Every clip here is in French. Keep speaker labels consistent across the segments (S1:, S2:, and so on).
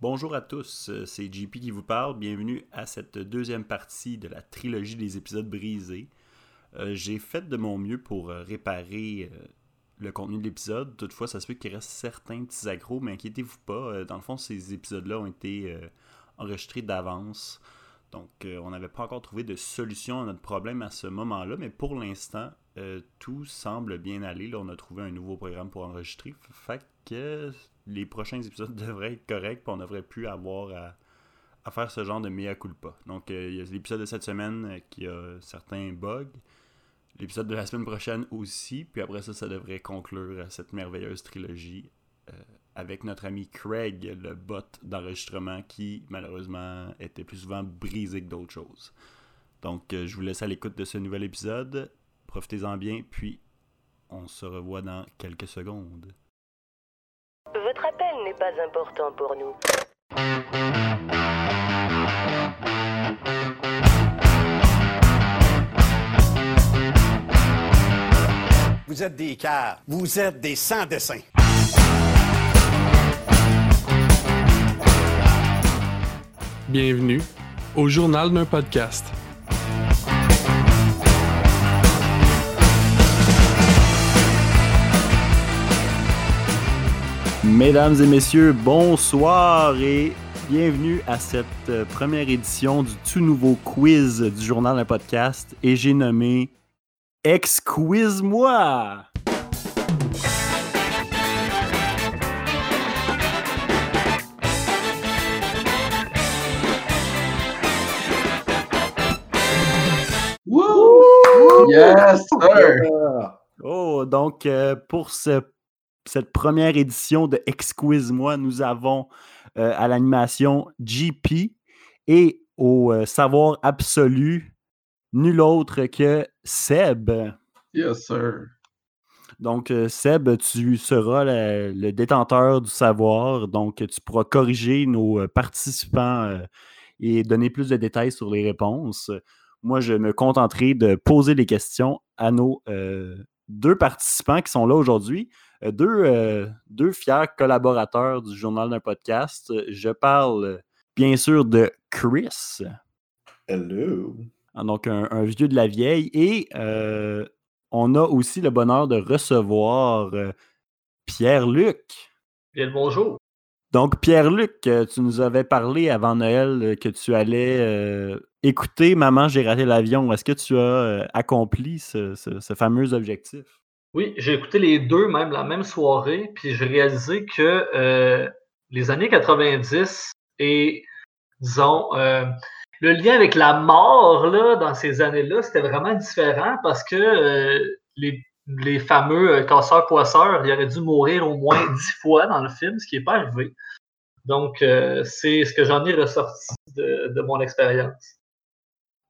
S1: Bonjour à tous, euh, c'est JP qui vous parle. Bienvenue à cette deuxième partie de la trilogie des épisodes brisés. Euh, J'ai fait de mon mieux pour euh, réparer euh, le contenu de l'épisode. Toutefois, ça se peut qu'il reste certains petits accros, mais inquiétez-vous pas. euh, Dans le fond, ces épisodes-là ont été euh, enregistrés d'avance. Donc, euh, on n'avait pas encore trouvé de solution à notre problème à ce moment-là, mais pour l'instant, euh, tout semble bien aller. Là, on a trouvé un nouveau programme pour enregistrer. Fait que les prochains épisodes devraient être corrects, puis on devrait plus avoir à, à faire ce genre de mea culpa. Donc, euh, il y a l'épisode de cette semaine euh, qui a certains bugs. L'épisode de la semaine prochaine aussi. Puis après ça, ça devrait conclure euh, cette merveilleuse trilogie euh, avec notre ami Craig, le bot d'enregistrement qui, malheureusement, était plus souvent brisé que d'autres choses. Donc, euh, je vous laisse à l'écoute de ce nouvel épisode. Profitez-en bien, puis on se revoit dans quelques secondes.
S2: Votre appel n'est pas important pour nous.
S3: Vous êtes des caves. Vous êtes des sans-dessins.
S4: Bienvenue au journal d'un podcast.
S1: Mesdames et messieurs, bonsoir et bienvenue à cette euh, première édition du tout nouveau quiz du journal d'un podcast et j'ai nommé Ex-Quiz-moi!
S5: Yes, sir!
S1: Oh, donc euh, pour ce- cette première édition de Exquise-moi, nous avons euh, à l'animation GP et au euh, savoir absolu, nul autre que Seb.
S5: Yes, sir.
S1: Donc, euh, Seb, tu seras le, le détenteur du savoir. Donc, tu pourras corriger nos euh, participants euh, et donner plus de détails sur les réponses. Moi, je me contenterai de poser les questions à nos euh, deux participants qui sont là aujourd'hui, Euh, deux, euh, deux fiers collaborateurs du journal d'un podcast. Euh, Je parle euh, bien sûr de Chris,
S6: Hello.
S1: ah, donc un, un vieux de la vieille, et euh, on a aussi le bonheur de recevoir euh, Pierre-Luc.
S7: Bien le bonjour.
S1: Donc, Pierre-Luc, euh, tu nous avais parlé avant Noël euh, que tu allais euh, écouter Maman, j'ai raté l'avion. Est-ce que tu as euh, accompli ce, ce- ce fameux objectif?
S7: Oui, j'ai écouté les deux même la même soirée, puis j'ai réalisé que euh, les années 90 et, disons, euh, le lien avec la mort là, dans ces années-là, c'était vraiment différent parce que euh, les, les fameux euh, casseurs-poisseurs, ils auraient dû mourir au moins dix fois dans le film, ce qui n'est pas arrivé. Donc, euh, c'est ce que j'en ai ressorti de, de mon expérience.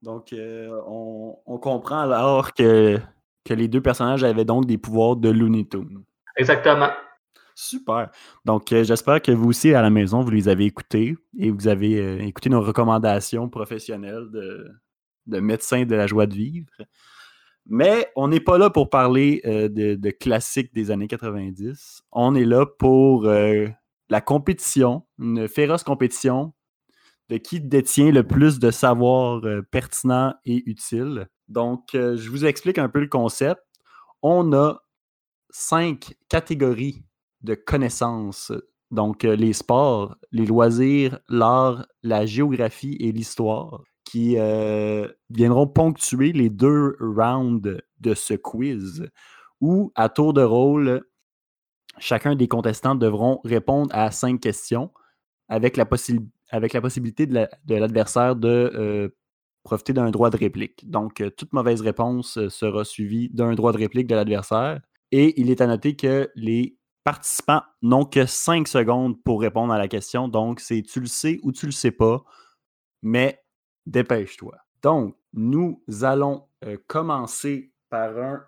S1: Donc, euh, on, on comprend alors que, que les deux personnages avaient donc des pouvoirs de Looney Tunes.
S7: Exactement.
S1: Super. Donc, euh, j'espère que vous aussi, à la maison, vous les avez écoutés et vous avez euh, écouté nos recommandations professionnelles de, de médecins de la joie de vivre. Mais on n'est pas là pour parler euh, de, de classiques des années 90. On est là pour euh, la compétition, une féroce compétition de qui détient le plus de savoir euh, pertinent et utile. Donc, euh, je vous explique un peu le concept. On a cinq catégories de connaissances. Donc, euh, les sports, les loisirs, l'art, la géographie et l'histoire qui euh, viendront ponctuer les deux rounds de ce quiz où, à tour de rôle, chacun des contestants devront répondre à cinq questions avec la, possi- avec la possibilité de la- de l'adversaire de, euh, profiter d'un droit de réplique. Donc, euh, toute mauvaise réponse euh, sera suivie d'un droit de réplique de l'adversaire. Et il est à noter que les participants n'ont que 5 secondes pour répondre à la question. Donc, c'est tu le sais ou tu le sais pas, mais dépêche-toi. Donc, nous allons euh, commencer par un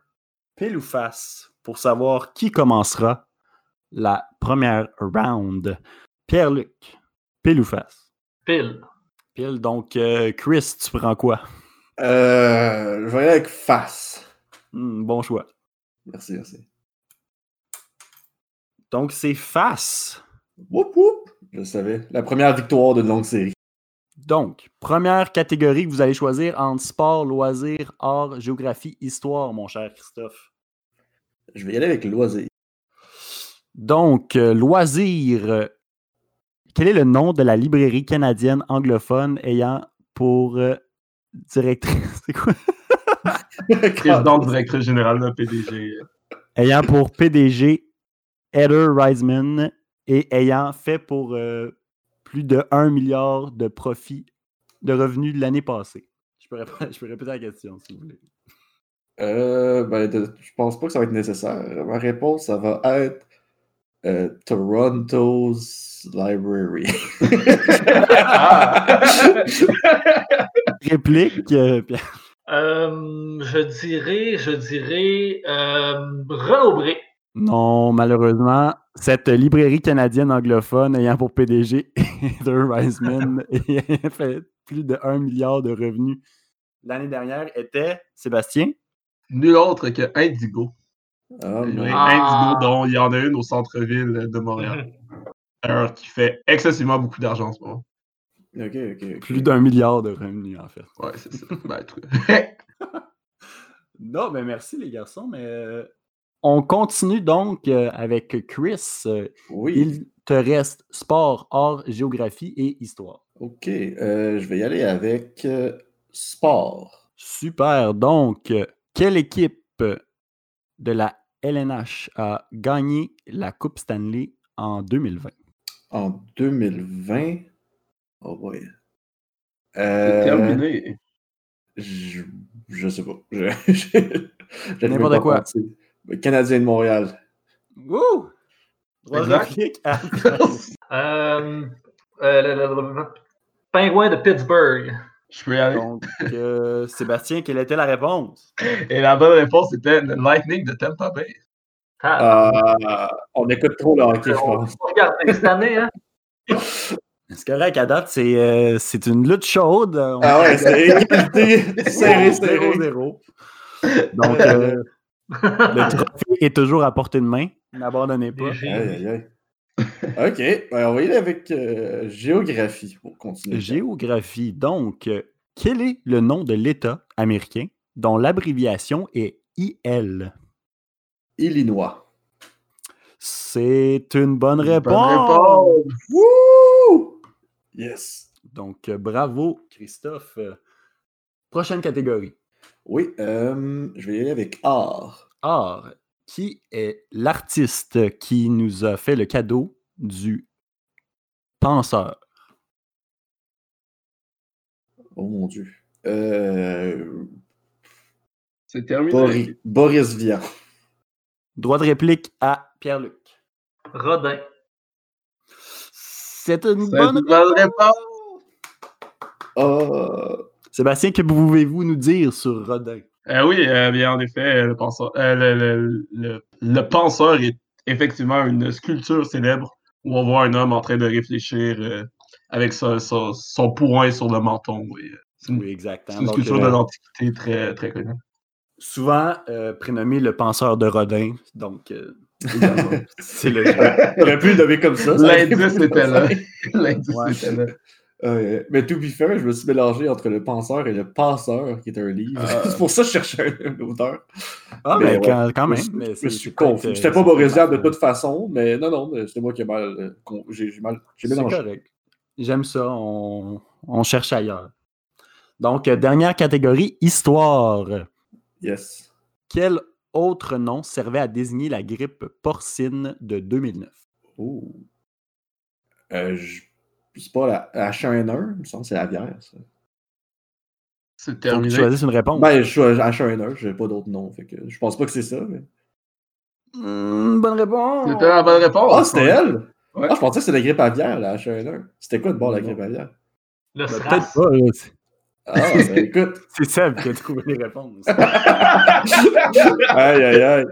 S1: pile ou face pour savoir qui commencera la première round. Pierre-Luc, pile ou face?
S7: Pile.
S1: Pile, donc, euh, Chris, tu prends quoi?
S6: Euh, je vais aller avec face.
S1: Hmm, bon choix.
S6: Merci, merci.
S1: Donc, c'est face.
S6: Whoop, whoop. Je le savais. La première victoire d'une longue série.
S1: Donc, première catégorie que vous allez choisir entre sport, loisirs, art, géographie, histoire, mon cher Christophe.
S6: Je vais y aller avec loisir.
S1: Donc, euh, loisirs. euh, Quel est le nom de la librairie canadienne anglophone ayant pour euh, directrice c'est quoi?
S5: Président, directeur général de PDG.
S1: ayant pour PDG Heather Reisman et ayant fait pour euh, plus de 1 milliard de profits de revenus de l'année passée. Je peux, rép- je peux répéter la question si vous voulez.
S6: Euh, ben, de- je pense pas que ça va être nécessaire. Ma réponse, ça va être euh, Toronto's Library.
S5: Ah.
S1: Réplique, euh, Pierre.
S7: Euh, je dirais, je dirais, euh, Renaud Bré.
S1: Non, malheureusement, cette librairie canadienne anglophone ayant pour PDG Heather Reisman et ayant fait plus de 1 milliard de revenus l'année dernière était Sébastien.
S5: Nul autre que Indigo.
S6: Ah,
S5: Oui,
S6: non.
S7: Ah.
S5: Indigo, dont il y en a une au centre-ville de Montréal. D'ailleurs, qui fait excessivement beaucoup d'argent en ce moment.
S6: Ok, ok. ok.
S1: Plus d'un milliard de revenus, en fait.
S5: Ouais, c'est ça. Ben, tout-
S1: Non, mais merci les garçons, mais euh, on continue donc euh, avec Chris. Euh,
S6: Oui.
S1: Il te reste sport, art, géographie et histoire.
S6: Ok, euh, je vais y aller avec euh, sport.
S1: Super. Donc, euh, quelle équipe euh, de la LNH a gagné la Coupe Stanley en 2020?
S6: En 2020. Oh boy.
S5: c'est
S6: Euh,
S5: terminé.
S6: Je, je sais pas. Je, je- je ne
S1: N'importe
S6: peux pas
S1: quoi.
S6: penser. Le Canadien de Montréal.
S1: Wouh! Ah, Trois
S5: Exact.
S1: répliques à-
S7: Euh, euh, le- le- le- le- Pingouin de Pittsburgh.
S5: Je peux y aller.
S1: Donc, euh, Sébastien, quelle était la réponse?
S5: Et la bonne réponse était le Lightning de Tampa Bay.
S7: Ah,
S6: Ah, on écoute trop le hockey, je pense.
S7: regardez, cette année, hein.
S1: C'est correct, à date, c'est euh, c'est une lutte chaude. euh, On
S6: Ah ouais, c'est égalité. Serré, serré.
S1: 0-0. Donc, euh, le trophée est toujours à portée de main. N'abandonnez pas. Euh,
S7: J'ai-
S6: Aïe, aïe, aïe. Ok, ben, on va y aller avec euh, géographie pour continuer.
S1: Géographie. Donc, euh, quel est le nom de l'État américain dont l'abréviation est IL?
S6: Illinois.
S1: C'est une bonne
S5: Bonne
S1: réponse. Oh!
S5: réponse.
S6: Wouh! Yes.
S1: Donc, euh, bravo, Christophe. Euh, Prochaine catégorie.
S6: Oui, euh, je vais y aller avec art.
S1: Or, qui est l'artiste qui nous a fait le cadeau du penseur?
S6: Oh mon dieu. Euh,
S5: C'est terminé.
S6: Bori- Boris Vian.
S1: Droit de réplique à Pierre-Luc.
S7: Rodin.
S1: C'est une
S5: C'est une
S1: bonne.
S5: bonne réponse.
S6: Ah,
S1: Sébastien, que pouvez-vous nous dire sur Rodin?
S5: Euh, oui, euh, bien, en effet, euh, le penseur, euh, le, le- le- le penseur est effectivement une sculpture célèbre où on voit un homme en train de réfléchir euh, avec son, son, son poing sur le menton. oui. C'est une,
S1: Oui, exact. hein.
S5: c'est une
S1: Donc,
S5: sculpture
S1: euh,
S5: de l'Antiquité très, très connue.
S1: souvent euh, prénommé le penseur de Rodin. Donc, euh, c'est le.
S6: Il aurait pu le nommer comme ça. ça aurait
S5: L'indice
S6: été-
S5: était là. L'indice
S1: Ouais.
S5: était là.
S6: Euh, mais to be fair, je me suis mélangé entre Le Penseur et Le Passeur, qui est un livre.
S5: Ah.
S6: C'est pour ça que je cherchais un auteur.
S1: Ah,
S6: Mais
S1: mais
S6: ouais.
S1: quand, quand
S6: Je me
S1: même.
S6: suis-
S1: mais
S6: Je
S1: c'est-
S6: suis
S1: c'est peut-être,
S6: confus.
S1: euh,
S6: C'était
S1: c'est
S6: pas Boris Vian de
S1: peut-être,
S6: toute façon, mais non, non, mais c'était moi qui ai mal. euh, con- J'ai j'ai mal. J'ai
S1: C'est
S6: mélangé.
S1: correct. J'aime ça. On, on cherche ailleurs. Donc, euh, dernière catégorie, histoire.
S6: Yes.
S1: Quel autre nom servait à désigner la grippe porcine de 2009?
S6: Oh. Euh, je- C'est pas la H1N1, il me semble, c'est la bière, ça.
S5: C'est
S1: Faut que tu
S5: terminé.
S1: choisisses une réponse.
S6: Ben, je suis H1N1, j'ai pas d'autre nom. Fait que je pense pas que c'est ça. Mais...
S1: Hmm, bonne réponse.
S5: C'était la bonne
S1: Oh,
S5: réponse.
S6: Ah, c'était elle?
S5: Ouais.
S6: Ah, je pensais que c'était la grippe aviaire, la H1N1. C'était quoi de bord la
S1: Non.
S6: grippe aviaire?
S7: Le
S1: Ben,
S7: SRAS.
S1: peut-être pas, là. C'est-
S6: Ah, ben, écoute.
S1: C'est Seb qui a trouvé les réponses.
S6: Aïe, aïe, aïe.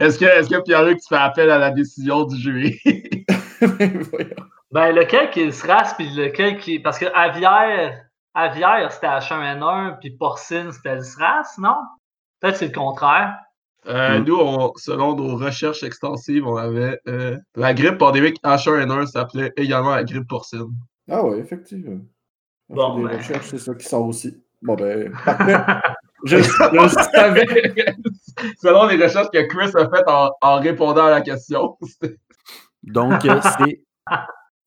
S5: Est-ce que, est-ce que Pierre-Luc, tu fais appel à la décision du jury?
S6: Voyons.
S7: Ben, lequel qui est le SRAS, puis lequel qui. Parce que aviaire, aviaire c'était H1N1, puis porcine, c'était le SRAS, non? Peut-être c'est le contraire.
S5: Euh,
S1: Mm.
S5: Nous, on- selon nos recherches extensives, on avait euh, la grippe pandémique H1N1 s'appelait également la grippe porcine.
S6: Ah ouais, effectivement. On
S7: Bon,
S6: fait des
S7: ben.
S6: recherches, c'est ça qui sort aussi. Bon ben, parfait. je, je le savais.
S5: selon les recherches que Chris a faites en, en répondant à la question. c'était-
S1: Donc, euh, c'est-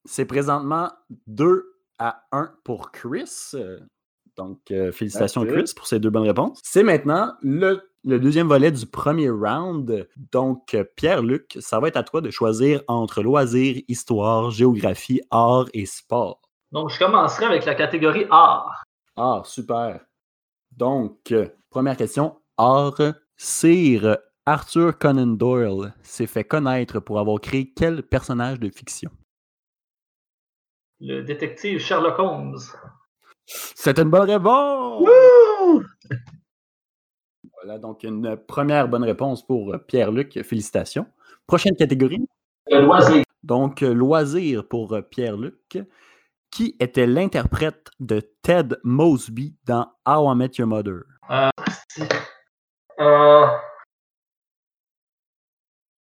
S1: c'est présentement 2 à 1 pour Chris. Euh, Donc, euh, félicitations
S6: That's it.
S1: Chris pour ces deux bonnes réponses. C'est maintenant le, le deuxième volet du premier round. Donc, euh, Pierre-Luc, ça va être à toi de choisir entre loisirs, histoire, géographie, art et sport.
S7: Donc, je commencerai avec la catégorie art.
S1: Ah, super. Donc, euh, première question. Art, Sir Arthur Conan Doyle s'est fait connaître pour avoir créé quel personnage de fiction?
S7: Le détective Sherlock Holmes.
S1: C'est une bonne réponse!
S5: Wouh!
S1: Voilà donc une première bonne réponse pour euh, Pierre-Luc. Félicitations. Prochaine catégorie.
S7: Le loisir.
S1: Donc, euh, loisirs pour euh, Pierre-Luc. Qui était l'interprète de Ted Mosby dans How I Met Your Mother?
S7: Euh,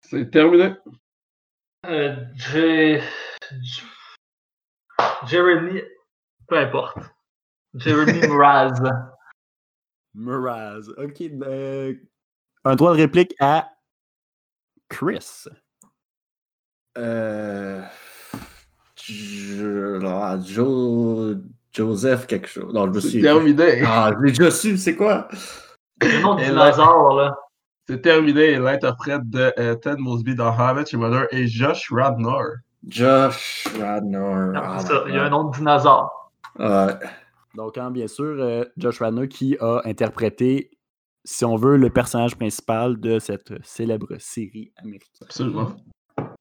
S5: C'est terminé.
S7: euh, J- J- Jeremy. Peu importe. Jeremy Mraz.
S1: Mraz. OK. euh, un droit de réplique à Chris.
S6: Euh, je- ah, Jo- Joseph quelque chose. Non, je me
S5: C'est
S6: suis.
S5: terminé.
S6: Ah, je l'ai déjà su, c'est quoi?
S7: Le nom du
S5: Et là-
S7: dinosaure, là.
S5: C'est terminé. L'interprète de euh, Ted Mosby dans How I Met Your Mother est Josh Radnor.
S6: Josh Radnor.
S7: Ah,
S6: Ah,
S7: c'est ça, il y a un
S6: ouais.
S7: nom de dinosaure.
S6: Ouais.
S1: Donc, hein, bien sûr, euh, Josh Radner qui a interprété, si on veut, le personnage principal de cette célèbre série américaine
S5: Absolument.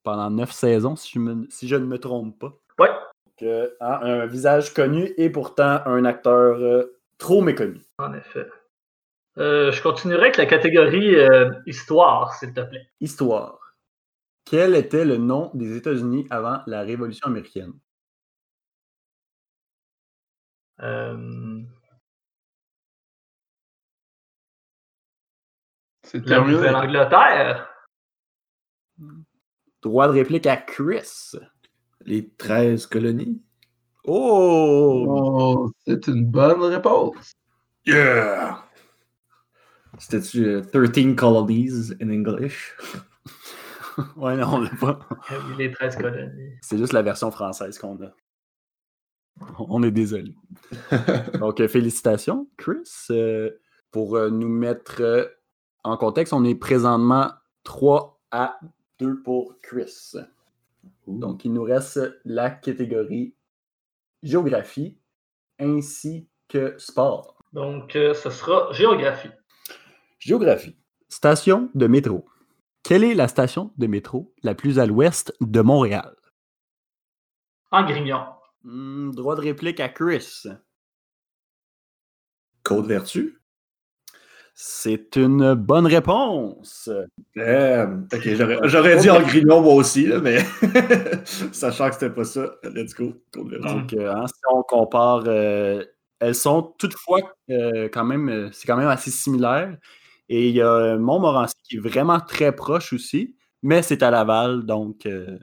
S1: pendant neuf saisons, si je, me- si je ne me trompe pas.
S7: Ouais.
S1: Donc, euh, hein, un visage connu et pourtant un acteur euh, trop méconnu.
S7: En effet. Euh, je continuerai avec la catégorie euh, histoire, s'il te plaît.
S1: Histoire. Quel était le nom des États-Unis avant la Révolution américaine?
S7: Euh,
S5: C'est
S7: la
S5: terminé.
S7: Nouvelle-Angleterre.
S1: Droit de réplique à Chris.
S6: Les 13 colonies.
S1: Oh!
S5: Oh, c'est une bonne réponse.
S6: Yeah! C'était-tu euh, 13 colonies in English?
S1: Ouais, non, on l'a pas.
S7: Ah oui, les 13 colonies.
S1: C'est juste la version française qu'on a. On est désolé. Donc, euh, félicitations, Chris. Euh, pour euh, nous mettre euh, en contexte, on est présentement 3 à 2 pour Chris. Donc, il nous reste la catégorie géographie ainsi que sport.
S7: Donc, euh, ce sera géographie.
S1: Géographie. Station de métro. Quelle est la station de métro la plus à l'ouest de Montréal?
S7: En grignon.
S1: Hmm, droit de réplique à Chris.
S6: Code vertu?
S1: C'est une bonne réponse.
S6: Damn! Euh, Ok, j'aurais- j'aurais dit en grignon moi aussi, là, mais sachant que c'était pas ça, let's go, code vertu.
S1: Donc, euh, hein, si on compare, euh, elles sont toutefois euh, quand même, euh, c'est quand même assez similaire. Et il y a euh, Montmorency qui est vraiment très proche aussi, mais c'est à Laval, donc il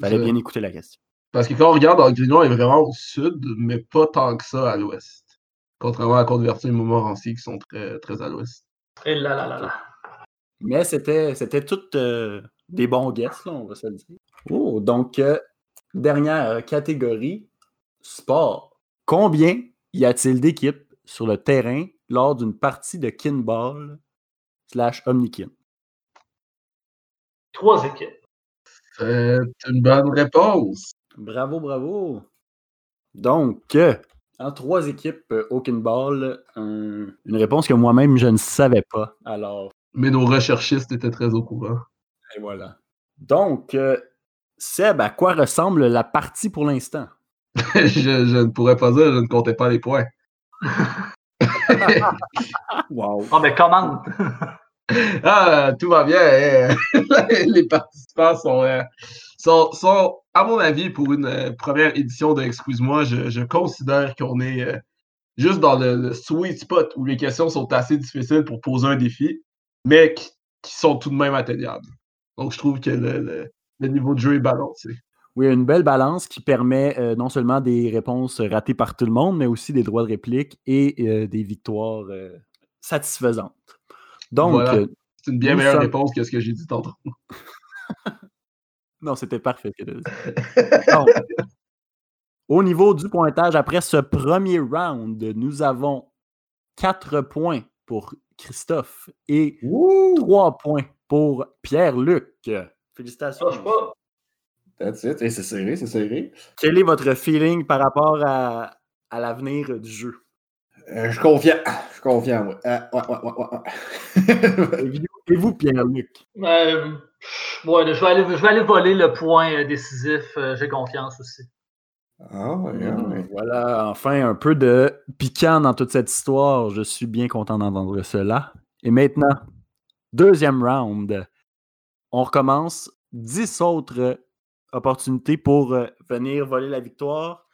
S1: fallait
S5: Je-
S1: bien écouter la question.
S5: Parce que quand on regarde, Anguillon est vraiment au sud, mais pas tant que ça à l'ouest. Contrairement à Côte-Vertu et Montmorency qui sont très, très à l'ouest.
S7: Et là, là, là, là.
S1: Mais c'était, c'était toutes euh, des bons guesses, là, on va se le dire. Oh, donc, euh, dernière catégorie, sport. Combien y a-t-il d'équipes sur le terrain lors d'une partie de kinball slash omnikin?
S7: Trois équipes.
S5: C'est une bonne réponse.
S1: Bravo, bravo. Donc, euh, en trois équipes euh, au kinball, un- une réponse que moi-même je ne savais pas. Alors,
S5: Mais nos recherchistes étaient très au courant.
S1: et voilà. Donc, euh, Seb, à quoi ressemble la partie pour l'instant?
S5: je, je ne pourrais pas dire, je ne comptais pas les points.
S6: Wow.
S7: Ah, mais commande.
S5: Ah, tout va bien. hein. les participants sont, euh, sont, sont, à mon avis, pour une euh, première édition de Excuse-moi, je, je considère qu'on est euh, juste dans le, le sweet spot où les questions sont assez difficiles pour poser un défi, mais qui qui sont tout de même atteignables. Donc, je trouve que le, le- le niveau de jeu est balancé.
S1: Oui, une belle balance qui permet euh, non seulement des réponses ratées par tout le monde, mais aussi des droits de réplique et euh, des victoires euh, satisfaisantes. Donc,
S5: Voilà.
S1: euh,
S5: C'est une bien
S1: Nous
S5: meilleure
S1: sommes-
S5: réponse que ce que j'ai dit tantôt.
S1: non, c'était parfait. ce que t'as dit. Donc, au niveau du pointage, après ce premier round, nous avons 4 points pour Christophe et 3 points pour Pierre-Luc. Félicitations.
S7: Ah, Je sais pas.
S6: That's it. Et c'est serré, c'est serré.
S1: Quel est votre feeling par rapport à, à l'avenir du jeu?
S6: Euh, je suis confiant. Je suis confiant, ouais. Ah, ouais, ouais, ouais, ouais, ouais.
S1: Et vous- et vous, Pierre-Luc?
S7: Euh, ouais, là, je, vais aller, je vais aller voler le point euh, décisif. euh, J'ai confiance aussi.
S6: Ah, ouais, ah, ouais.
S1: Euh, Voilà, enfin, un peu de piquant dans toute cette histoire. Je suis bien content d'entendre cela. Et maintenant, deuxième round. On recommence. Dix autres euh, opportunités pour euh, venir voler la victoire.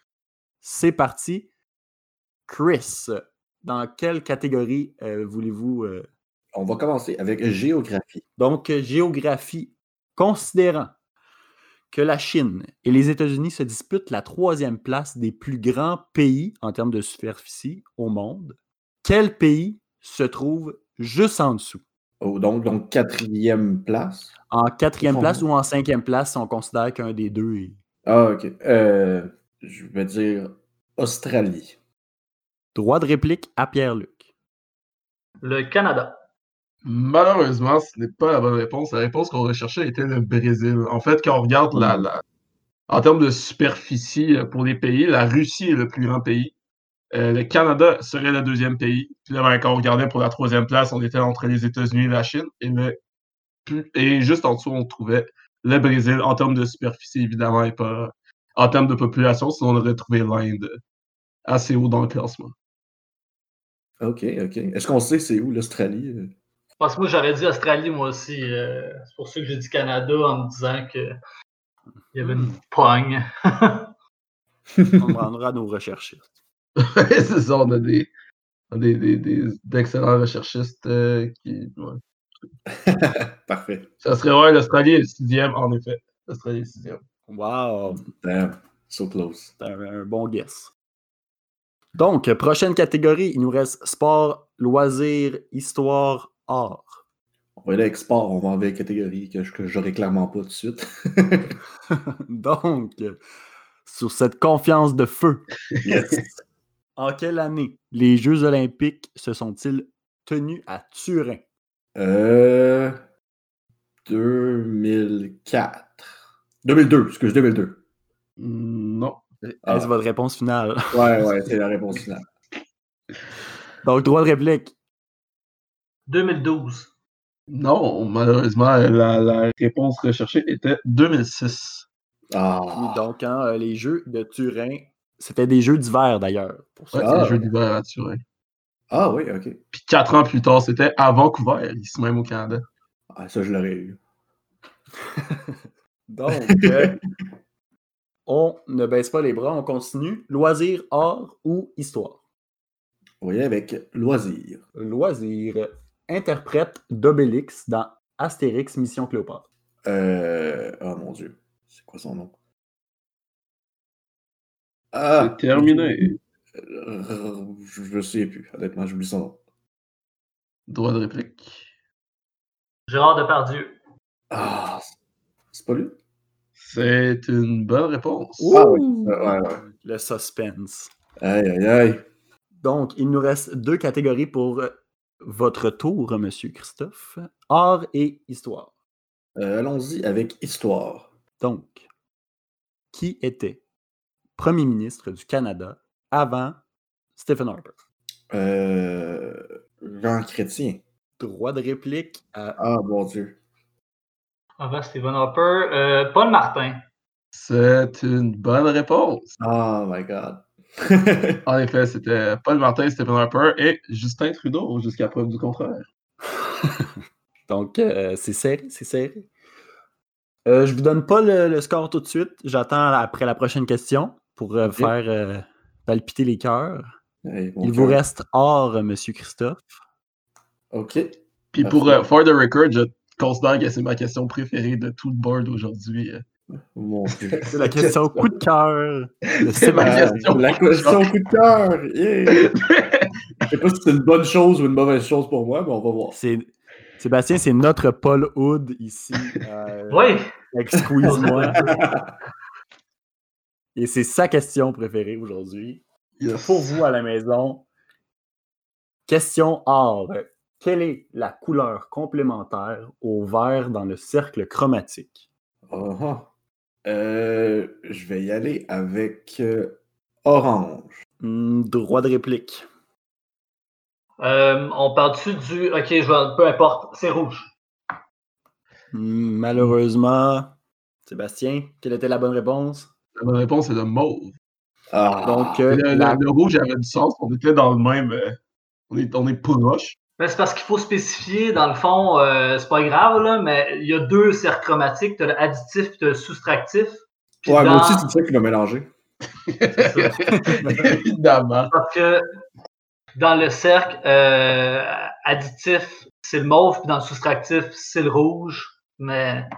S1: C'est parti. Chris, dans quelle catégorie euh, voulez-vous euh,
S6: On va commencer avec géographie.
S1: donc, euh, géographie, considérant que la Chine et les États-Unis se disputent la troisième place des plus grands pays en termes de superficie au monde, quel pays se trouve juste en dessous?
S6: Oh, donc, donc, quatrième place.
S1: En quatrième
S6: Au fond.
S1: place ou en cinquième place, si on considère qu'un des deux est
S6: Ah, ok. Euh, je vais dire Australie.
S1: droit de réplique à Pierre-Luc.
S7: Le Canada.
S5: Malheureusement, ce n'est pas la bonne réponse. La réponse qu'on recherchait était le Brésil. En fait, quand on regarde la, la- en termes de superficie euh, pour les pays, la Russie est le plus grand pays. Euh, le Canada serait le deuxième pays. Puis là, ben, quand on regardait pour la troisième place, on était entre les États-Unis et la Chine. Et, le plus- et juste en dessous, on trouvait le Brésil en termes de superficie, évidemment, et pas en termes de population. Sinon, on aurait trouvé l'Inde assez haut dans le classement.
S6: Ok, ok. Est-ce qu'on sait c'est où l'Australie? euh?
S7: Parce que moi, j'aurais dit Australie, moi aussi. euh, c'est pour ça que j'ai dit Canada en me disant que il y avait
S5: Hmm.
S7: une pogne.
S1: On demandera à nos recherchistes.
S5: Ouais, c'est ça, on a des, on a des, des, des- d'excellents recherchistes euh, qui. ouais.
S6: Parfait.
S5: Ça serait ouais, l'Australie est le sixième, en effet. L'Australie est le sixième.
S1: Wow!
S6: Damn, so close.
S1: C'est un, un bon guess. Donc, prochaine catégorie, il nous reste sport, loisirs, histoire, art.
S6: On va aller avec sport, on va enlever la catégorie que, je- que j'aurais clairement pas tout de suite.
S1: Donc, sur cette confiance de feu,
S6: yes.
S1: en quelle année les Jeux olympiques se sont-ils tenus à Turin?
S6: Euh, 2004. 2002, excuse, 2002.
S5: Mm, Non.
S6: Ah.
S1: Est-ce votre réponse finale?
S6: Ouais, ouais, c'est la réponse finale.
S1: Donc, droit de réplique.
S7: 2012.
S5: Non, malheureusement, la, la réponse recherchée était 2006.
S1: Oui,
S6: Ah,
S1: Donc, hein, euh, les Jeux de Turin, c'était des Jeux d'hiver d'ailleurs. Pour
S5: Ouais,
S1: ça.
S6: Ah.
S5: c'est le jeu d'hiver à Turin.
S6: ah oui, ok.
S5: Puis quatre ans plus tard, c'était à Vancouver, ici même au Canada.
S6: Ah, ça, je l'aurais eu.
S1: Donc, euh, on ne baisse pas les bras, on continue. Loisirs, art ou histoire?
S6: On va y aller avec loisir.
S1: Loisirs, interprète d'Obélix dans Astérix Mission Cléopâtre.
S6: Euh, oh mon dieu, c'est quoi son nom? Ah,
S5: C'est terminé.
S6: euh, Je je sais plus, honnêtement, j'oublie son nom.
S5: Droit de réplique.
S7: Gérard Depardieu.
S6: Ah, c'est pas lui?
S5: C'est une bonne réponse.
S6: Ah oui, ouais, ouais, ouais.
S1: Le suspense.
S6: Aïe, aïe, aïe.
S1: Donc, il nous reste deux catégories pour euh, votre tour, Monsieur Christophe. Art et histoire.
S6: Euh, Allons-y avec histoire.
S1: Donc, qui était Premier ministre du Canada avant Stephen Harper?
S6: Euh, Jean Chrétien.
S1: Droit de réplique à
S6: Ah, mon Dieu.
S7: Avant Stephen Harper. Euh, Paul Martin.
S5: C'est une bonne réponse.
S6: Oh my God.
S5: En effet, c'était Paul Martin, Stephen Harper et Justin Trudeau, jusqu'à preuve du contraire.
S1: Donc, euh, c'est serré, c'est serré. Euh, je vous donne pas le, le score tout de suite. J'attends après la prochaine question pour euh, faire euh, palpiter les cœurs.
S6: Hey, mon
S1: Il
S6: Dieu.
S1: vous reste art, Monsieur Christophe.
S6: OK.
S5: Puis pour
S6: Parfait.
S5: euh, For the Record, je considère que c'est ma question préférée de tout le board aujourd'hui. euh.
S6: Mon Dieu.
S1: C'est la question coup de cœur. de
S5: C'est ma
S1: Sébastien.
S6: Euh,
S5: question.
S6: la question coup de cœur. yeah. Je sais pas si c'est une bonne chose ou une mauvaise chose pour moi, mais on va voir.
S1: C'est- Sébastien, c'est notre Paul Hood ici. euh,
S7: Oui,
S1: avec Squeeze-moi. Et c'est sa question préférée aujourd'hui. Pour vous à la maison, question or. Quelle est la couleur complémentaire au vert dans le cercle chromatique?
S6: Ah, ah. Euh, je vais y aller avec euh, orange.
S1: Hmm, droit de réplique.
S7: Euh, on parle-tu du. Ok, je vais- peu importe, c'est rouge.
S1: Hmm, malheureusement, Sébastien, quelle était la bonne réponse?
S5: La bonne réponse est le mauve.
S6: Ah,
S1: Donc, euh,
S5: le, le-
S1: la-
S5: le rouge avait du sens. On était dans le même. euh, on est, on est proche.
S7: Mais c'est parce qu'il faut spécifier, dans le fond, euh, c'est pas grave, là, mais il y a deux cercles chromatiques, t'as le additif et t'as le soustractif. Puis
S6: ouais,
S7: dans-
S6: moi aussi, c'est ça qui m'a mélangé.
S5: Évidemment.
S7: Parce que dans le cercle euh, additif, c'est le mauve, puis dans le soustractif, c'est le rouge. Mais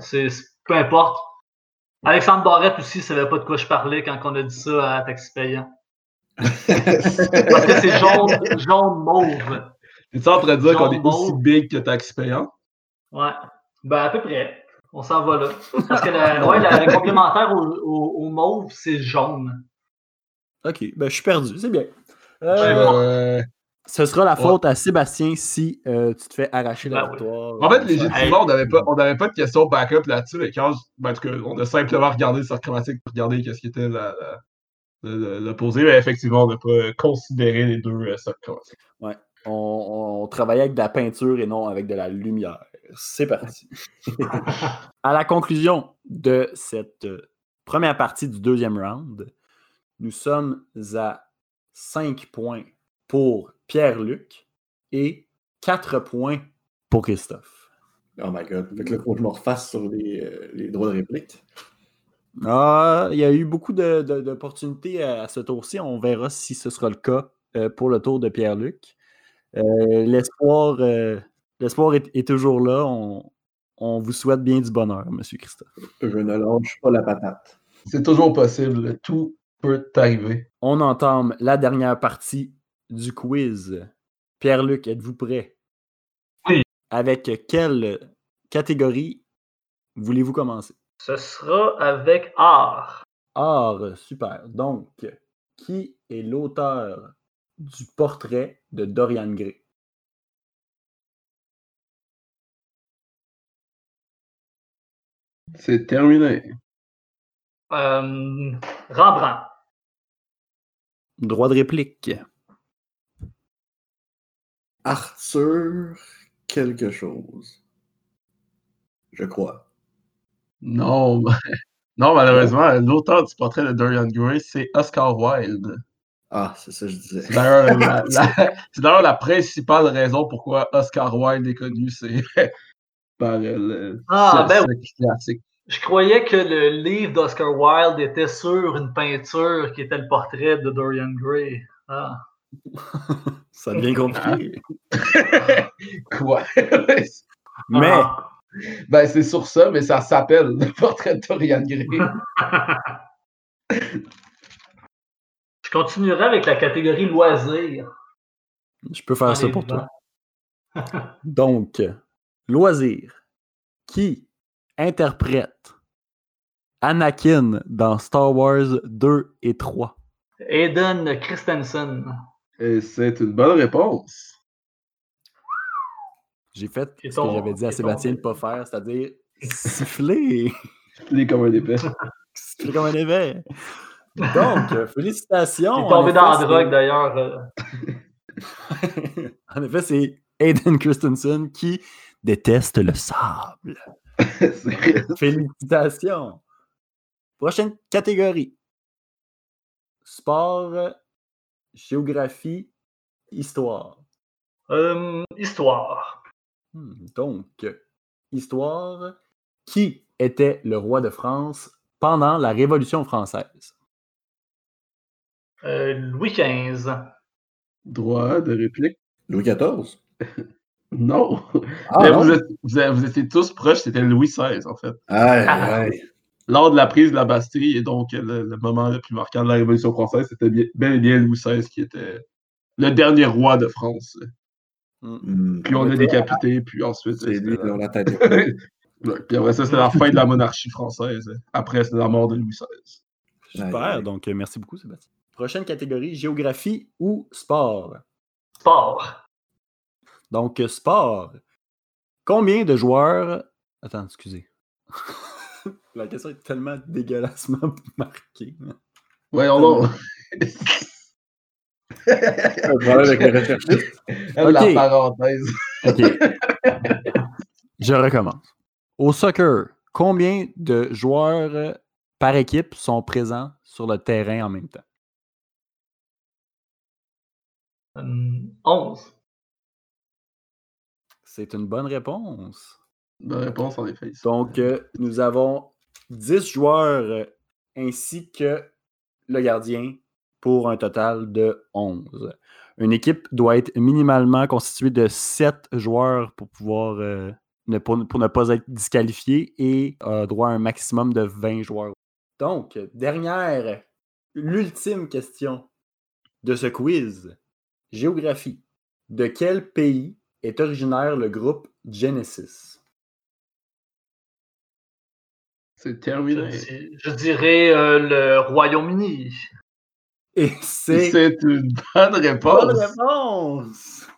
S7: c'est c'est- peu importe. Alexandre Barrette aussi savait pas de quoi je parlais quand on a dit ça à Taxi Payant. Parce que c'est jaune, jaune mauve.
S5: Es-tu en train de dire qu'on est
S7: Jaune
S5: aussi
S7: mauve.
S5: big que taxi payant?
S7: Ouais. Ben à peu près. On s'en va là. Parce que la, ouais, la- la complémentaire au, au- au mauve, c'est jaune.
S1: Ok, ben, je suis perdu, c'est bien.
S7: Ouais,
S1: Euh,
S5: Euh,
S1: ce sera la
S5: Ouais.
S1: faute à Sébastien si euh, tu te fais arracher la
S7: Ben oui.
S1: victoire.
S5: En fait,
S1: les
S5: légitimement, on n'avait pas, on n'avait pas de question backup là-dessus. Et quand je- ben, en tout cas, on a simplement regardé le cercle chromatique pour regarder qu'est-ce qui était la, la- le, le- le posé. Mais effectivement, on n'a pas euh, considéré les deux euh, cercles chromatiques.
S1: On, on travaillait avec de la peinture et non avec de la lumière. C'est parti. à la conclusion de cette euh, première partie du deuxième round, nous sommes à 5 points pour Pierre-Luc et 4 points pour Christophe.
S6: Oh my god. Fait que là, faut que je me refasse sur les, euh, les droits de réplique.
S1: Ah, il y a eu beaucoup de- de- d'opportunités à, à ce tour-ci. On verra si ce sera le cas euh, pour le tour de Pierre-Luc. Euh, L'espoir euh, l'espoir est, est toujours là. On, on vous souhaite bien du bonheur, Monsieur Christophe.
S6: Je ne lâche pas la patate.
S5: C'est toujours possible. Tout peut arriver.
S1: On entame la dernière partie du quiz. Pierre-Luc, êtes-vous prêt?
S7: Oui.
S1: Avec quelle catégorie voulez-vous commencer?
S7: Ce sera avec art.
S1: Art, Ah, super. Donc, qui est l'auteur du portrait de Dorian Gray?
S5: C'est terminé.
S7: Euh, Rembrandt.
S1: Droit de réplique.
S6: Arthur, quelque chose. Je crois.
S5: Non, non malheureusement, l'auteur du portrait de Dorian Gray, c'est Oscar Wilde.
S6: Ah, c'est ça que je disais.
S5: C'est d'ailleurs la, la- c'est d'ailleurs la principale raison pourquoi Oscar Wilde est connu, c'est par euh, le
S7: Ah, ben
S5: classique, classique.
S7: Je croyais que le livre d'Oscar Wilde était sur une peinture qui était le portrait de Dorian Gray. Ah.
S1: Ça devient compliqué.
S5: Quoi?
S1: Mais
S7: Ah.
S5: ben, c'est sur ça, mais ça s'appelle le portrait de Dorian Gray.
S7: Je continuerai avec la catégorie loisirs.
S1: je peux faire ça
S7: Allez,
S1: Ah, pour
S7: dedans.
S1: toi. Donc, loisir. Qui interprète Anakin dans Star Wars 2 et 3?
S7: Aiden Christensen.
S5: Et c'est une bonne réponse.
S1: J'ai fait
S7: Et
S1: ce
S7: ton-
S1: que j'avais dit à
S7: et ton-
S1: Sébastien de ne pas faire, c'est-à-dire siffler.
S5: Il est comme un épais.
S1: siffler comme un éveil. Donc, euh, félicitations.
S7: Il est
S1: En
S7: tombé
S1: effet,
S7: dans la
S1: c'est-
S7: drogue d'ailleurs. euh.
S1: en effet, c'est Aiden Christensen qui déteste le sable.
S5: C'est-
S1: Félicitations. Prochaine catégorie. Sport, géographie, histoire.
S7: Euh, histoire.
S1: Hmm, Donc, histoire. Qui était le roi de France pendant la Révolution française?
S7: Euh, Louis XV.
S5: Droit de réplique.
S6: Louis XIV.
S5: Non.
S6: Ah,
S5: Mais
S6: non?
S5: vous, êtes- vous êtes- vous étiez tous proches, c'était Louis XVI, en fait.
S6: Aïe,
S7: Ah.
S6: aïe.
S5: Lors de la prise de la Bastille, et donc euh, le, le moment le plus marquant de la Révolution française, c'était bien- bel et bien Louis XVI qui était le dernier roi de France.
S6: Hmm.
S5: Puis on l'a décapité, puis ensuite.
S6: C'est
S5: c'était
S6: lui,
S5: la-
S6: on l'a tanné.
S5: Ouais, Puis après ça, c'était la fin de la monarchie française. Après, c'est la mort de Louis XVI.
S1: Super, donc euh, merci beaucoup, Sébastien. Prochaine catégorie, géographie ou sport.
S7: Sport.
S1: Donc, euh, sport. Combien de joueurs. Attends, excusez. La question est tellement dégueulassement marquée.
S5: Ouais, on a.
S6: Un problème avec les recherchistes.
S5: La
S1: Ok.
S5: parenthèse.
S1: Je recommence. Au soccer, combien de joueurs euh, par équipe sont présents sur le terrain en même temps?
S7: Euh, 11.
S1: C'est une bonne réponse.
S5: La réponse, en effet.
S1: Donc, euh, nous avons 10 joueurs euh, ainsi que le gardien pour un total de 11. Une équipe doit être minimalement constituée de 7 joueurs pour pouvoir euh, ne, pour, pour ne pas être disqualifié et a droit à un maximum de 20 joueurs. Donc, dernière, l'ultime question de ce quiz. Géographie. De quel pays est originaire le groupe Genesis?
S5: C'est
S7: Je,
S5: terminé.
S7: dis- je dirais euh, le Royaume-Uni.
S1: Et c'est
S5: C'est une bonne
S1: bonne
S5: réponse.
S1: réponse!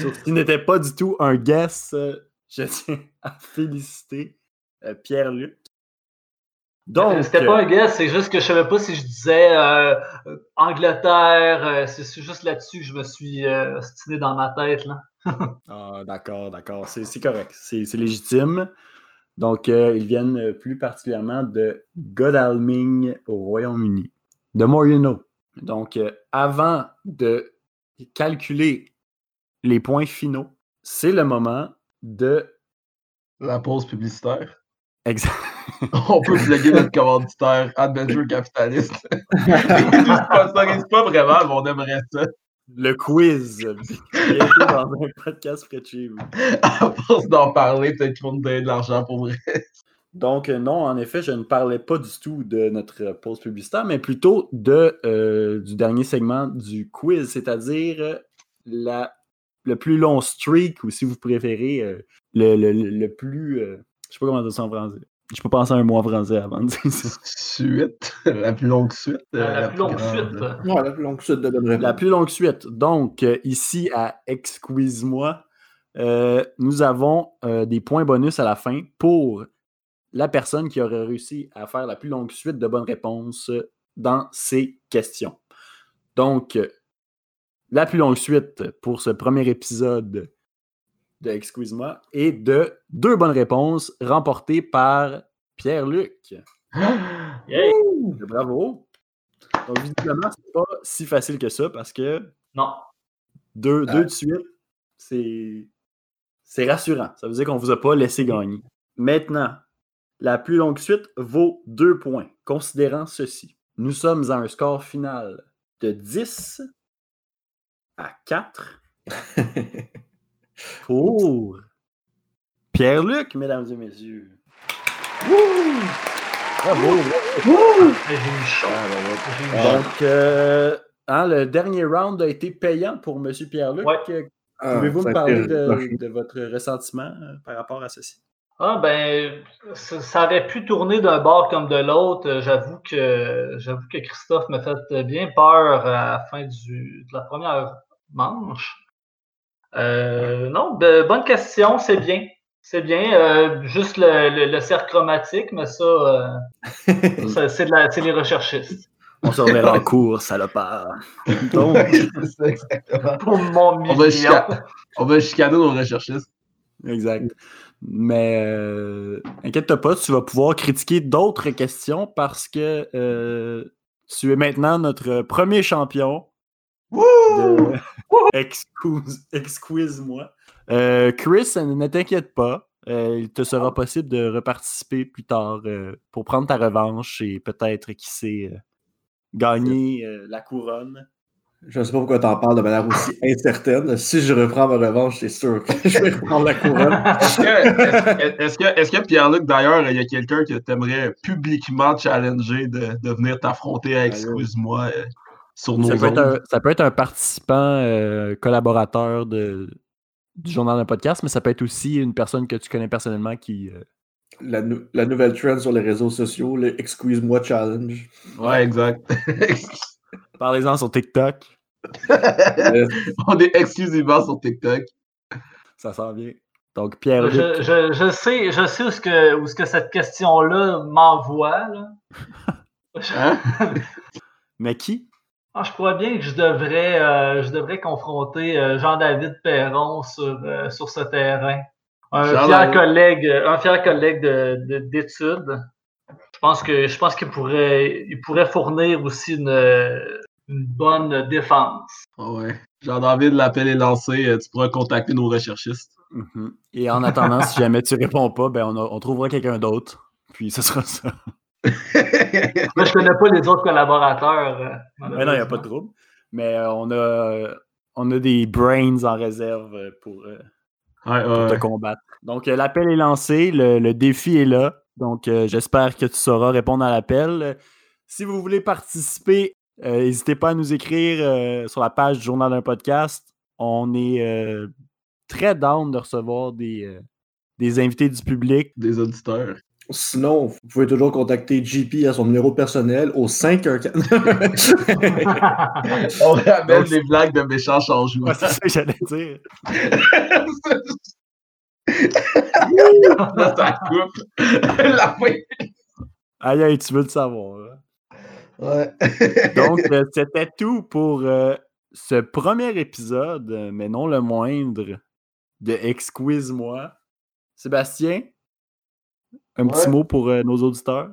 S1: Sauf qu'il n'était pas du tout un guess. euh, Je tiens à féliciter euh, Pierre-Luc. Donc,
S7: Euh,
S1: euh,
S7: C'était pas un guess, c'est juste que je savais pas si je disais euh, euh, Angleterre. euh, c'est c'est juste là-dessus que je me suis euh, ostiné dans ma tête. Là.
S1: Ah, d'accord, d'accord. C'est c'est correct. C'est c'est légitime. Donc, euh, ils viennent euh, plus particulièrement de Godalming au Royaume-Uni, de Moreno. Donc, euh, avant de calculer les points finaux, c'est le moment de
S5: La pause publicitaire.
S1: Exact.
S5: On peut plugger notre commanditaire Adventure Capitaliste. Ils nous sponsorisent pas vraiment, mais on aimerait ça.
S1: Le quiz. Bientôt dans un podcast près de chez vous.
S5: À force d'en parler, peut-être qu'on nous donne de l'argent pour vrai.
S1: Donc, euh, non, en effet, je ne parlais pas du tout de notre euh, pause publicitaire, mais plutôt de, euh, du dernier segment du quiz, c'est-à-dire euh, la- le plus long streak, ou si vous préférez, euh, le, le- le- le plus. euh, je sais pas comment dire ça en français. Je peux penser à un mot en français avant de dire ça.
S5: Suite. La plus longue suite.
S7: Euh,
S5: euh,
S7: la, plus longue
S5: grande.
S7: suite. là.
S6: Ouais, la plus longue chute de bonne
S1: La
S6: réponse.
S1: plus longue suite. Donc, euh, ici à Exquise-moi, euh, nous avons euh, des points bonus à la fin pour la personne qui aurait réussi à faire la plus longue suite de bonnes réponses dans ces questions. Donc, euh, la plus longue suite pour ce premier épisode de Excuse-moi est de deux bonnes réponses remportées par Pierre-Luc.
S7: Yeah.
S1: Bravo! Donc, visiblement, c'est pas si facile que ça parce que
S7: Non.
S1: deux,
S6: Ah.
S1: deux de suite, c'est c'est rassurant. Ça veut dire qu'on vous a pas laissé gagner. Maintenant, la plus longue suite vaut deux points, considérant ceci. Nous sommes à un score final de 10 à 4 pour Pierre-Luc, mesdames et messieurs. Bravo!
S7: J'ai eu chaud.
S6: Ah,
S7: J'ai eu chaud.
S1: Donc, euh, hein, le dernier round a été payant pour M. Pierre-Luc.
S7: Ouais.
S1: Euh,
S6: Ah,
S1: Pouvez-vous
S6: ça
S1: me
S6: a
S1: parler
S6: été rushé.
S1: de, de votre ressentiment euh, par rapport à ceci?
S7: Ah ben, ça, ça aurait pu tourner d'un bord comme de l'autre. Euh, J'avoue que j'avoue que Christophe m'a fait bien peur à la fin du, de la première manche. Euh, non, ben, bonne question, c'est bien. C'est bien. Euh, juste le, le, le cercle chromatique, mais ça, euh, ça, c'est de la- c'est les recherchistes.
S1: On se reverra en cours, salopard. Donc,
S5: Ouais, c'est exactement.
S7: Pour mon million.
S5: Ah. On va, chica- on va chicaner nos recherchistes.
S1: exact. Mais euh, inquiète-toi pas, tu vas pouvoir critiquer d'autres questions parce que euh, tu es maintenant notre premier champion de Excuse- Excuse-moi. Euh, Chris, ne t'inquiète pas. euh, il te sera possible de reparticiper plus tard euh, pour prendre ta revanche et peut-être, qui sait, euh, gagner euh, la couronne
S6: Je ne sais pas pourquoi t'en parles de manière aussi incertaine. Si je reprends ma revanche, c'est sûr que je vais reprendre la couronne.
S5: Est-ce que, est-ce- est-ce que, est-ce que Pierre-Luc, d'ailleurs, il y a quelqu'un que t'aimerais publiquement challenger de, de venir t'affronter à Excuse-moi euh, sur nos
S1: Ça peut, être
S5: ondes?
S1: un, ça peut être un participant euh, collaborateur de, du journal d'un podcast, mais ça peut être aussi une personne que tu connais personnellement qui. euh,
S6: La, nou- la nouvelle trend sur les réseaux sociaux, le Excuse-moi Challenge.
S5: Ouais, exact.
S1: Parlez-en sur TikTok,
S6: Euh,
S5: On est exclusivement sur TikTok.
S1: ça sent bien. Donc, Pierre-Luc.
S7: Je, je- je sais, je sais où, ce que, où ce que cette question-là m'envoie. là. Je,
S5: Hein?
S1: Mais qui
S7: Ah, je crois bien que je devrais, euh, je devrais confronter euh, Jean-David Perron sur, euh, sur ce terrain. Un fier
S5: Jean-David.
S7: collègue, un fier collègue de- de- d'études. je pense que je pense qu'il pourrait, il pourrait fournir aussi une, une bonne défense.
S5: Ah ouais. Jean-David, l'appel est lancé. euh, Tu pourras contacter nos recherchistes. Mm-hmm.
S1: Mhm. Et en attendant, si jamais tu réponds pas, ben on, a- on trouvera quelqu'un d'autre. Puis ce sera ça.
S7: Moi, je connais pas les autres collaborateurs. euh,
S5: Ah,
S1: Mais non, il n'y a pas de trouble. Mais euh, on, a, on a des brains en réserve euh, pour, euh,
S5: Ouais,
S1: pour
S5: ouais.
S1: te combattre. Donc, euh, l'appel est lancé, le, le défi est là. Donc, euh, j'espère que tu sauras répondre à l'appel. Euh, Si vous voulez participer, euh, n'hésitez pas à nous écrire euh, sur la page du Journal d'un podcast. On est euh, très down de recevoir des, euh, des invités du public.
S5: Des auditeurs.
S6: Sinon, vous pouvez toujours contacter JP à son numéro personnel au 514.
S1: Ah.
S7: trouble.
S5: On ramène
S1: Donc,
S5: des blagues de méchants changements.
S1: Ouais, c'est ça que j'allais dire.
S5: Là, ça coupe. La fin.
S1: Aïe, aïe, tu veux le savoir. hein?
S5: Ouais.
S1: Donc, euh, c'était tout pour euh, ce premier épisode, euh, mais non le moindre, de Exquise-moi. Sébastien, un petit
S5: Ouais.
S1: mot pour euh, nos auditeurs.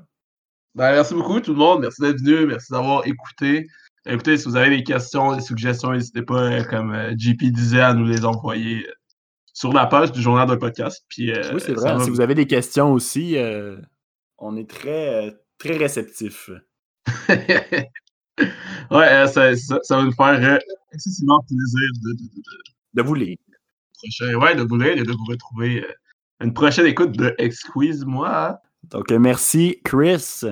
S5: Ben, merci beaucoup tout le monde. Merci d'être venu. Merci d'avoir écouté. Écoutez, si vous avez des questions, des suggestions, n'hésitez pas, euh, comme euh, JP disait, à nous les envoyer euh, sur la page du journal d'un podcast. Puis, euh,
S1: oui, c'est
S5: ça
S1: vrai.
S5: va-
S1: Si vous avez des questions aussi, euh, on est très, euh, très réceptifs.
S5: ouais, euh, ça, ça- ça va nous faire euh, excessivement plaisir de, de- de- de-
S1: De vous lire.
S5: prochain- ouais, de vous lire et de vous retrouver euh, à une prochaine écoute de Excuse-moi.
S1: Donc, euh, merci Chris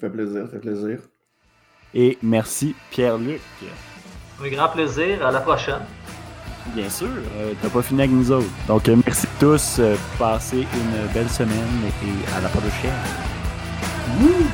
S6: fait plaisir, fait plaisir.
S1: et merci Pierre-Luc.
S7: Un grand plaisir. À la prochaine.
S1: Bien sûr, euh, t'as pas fini avec nous autres. Donc, euh, merci tous. euh, passez une belle semaine et à la prochaine. Wouh!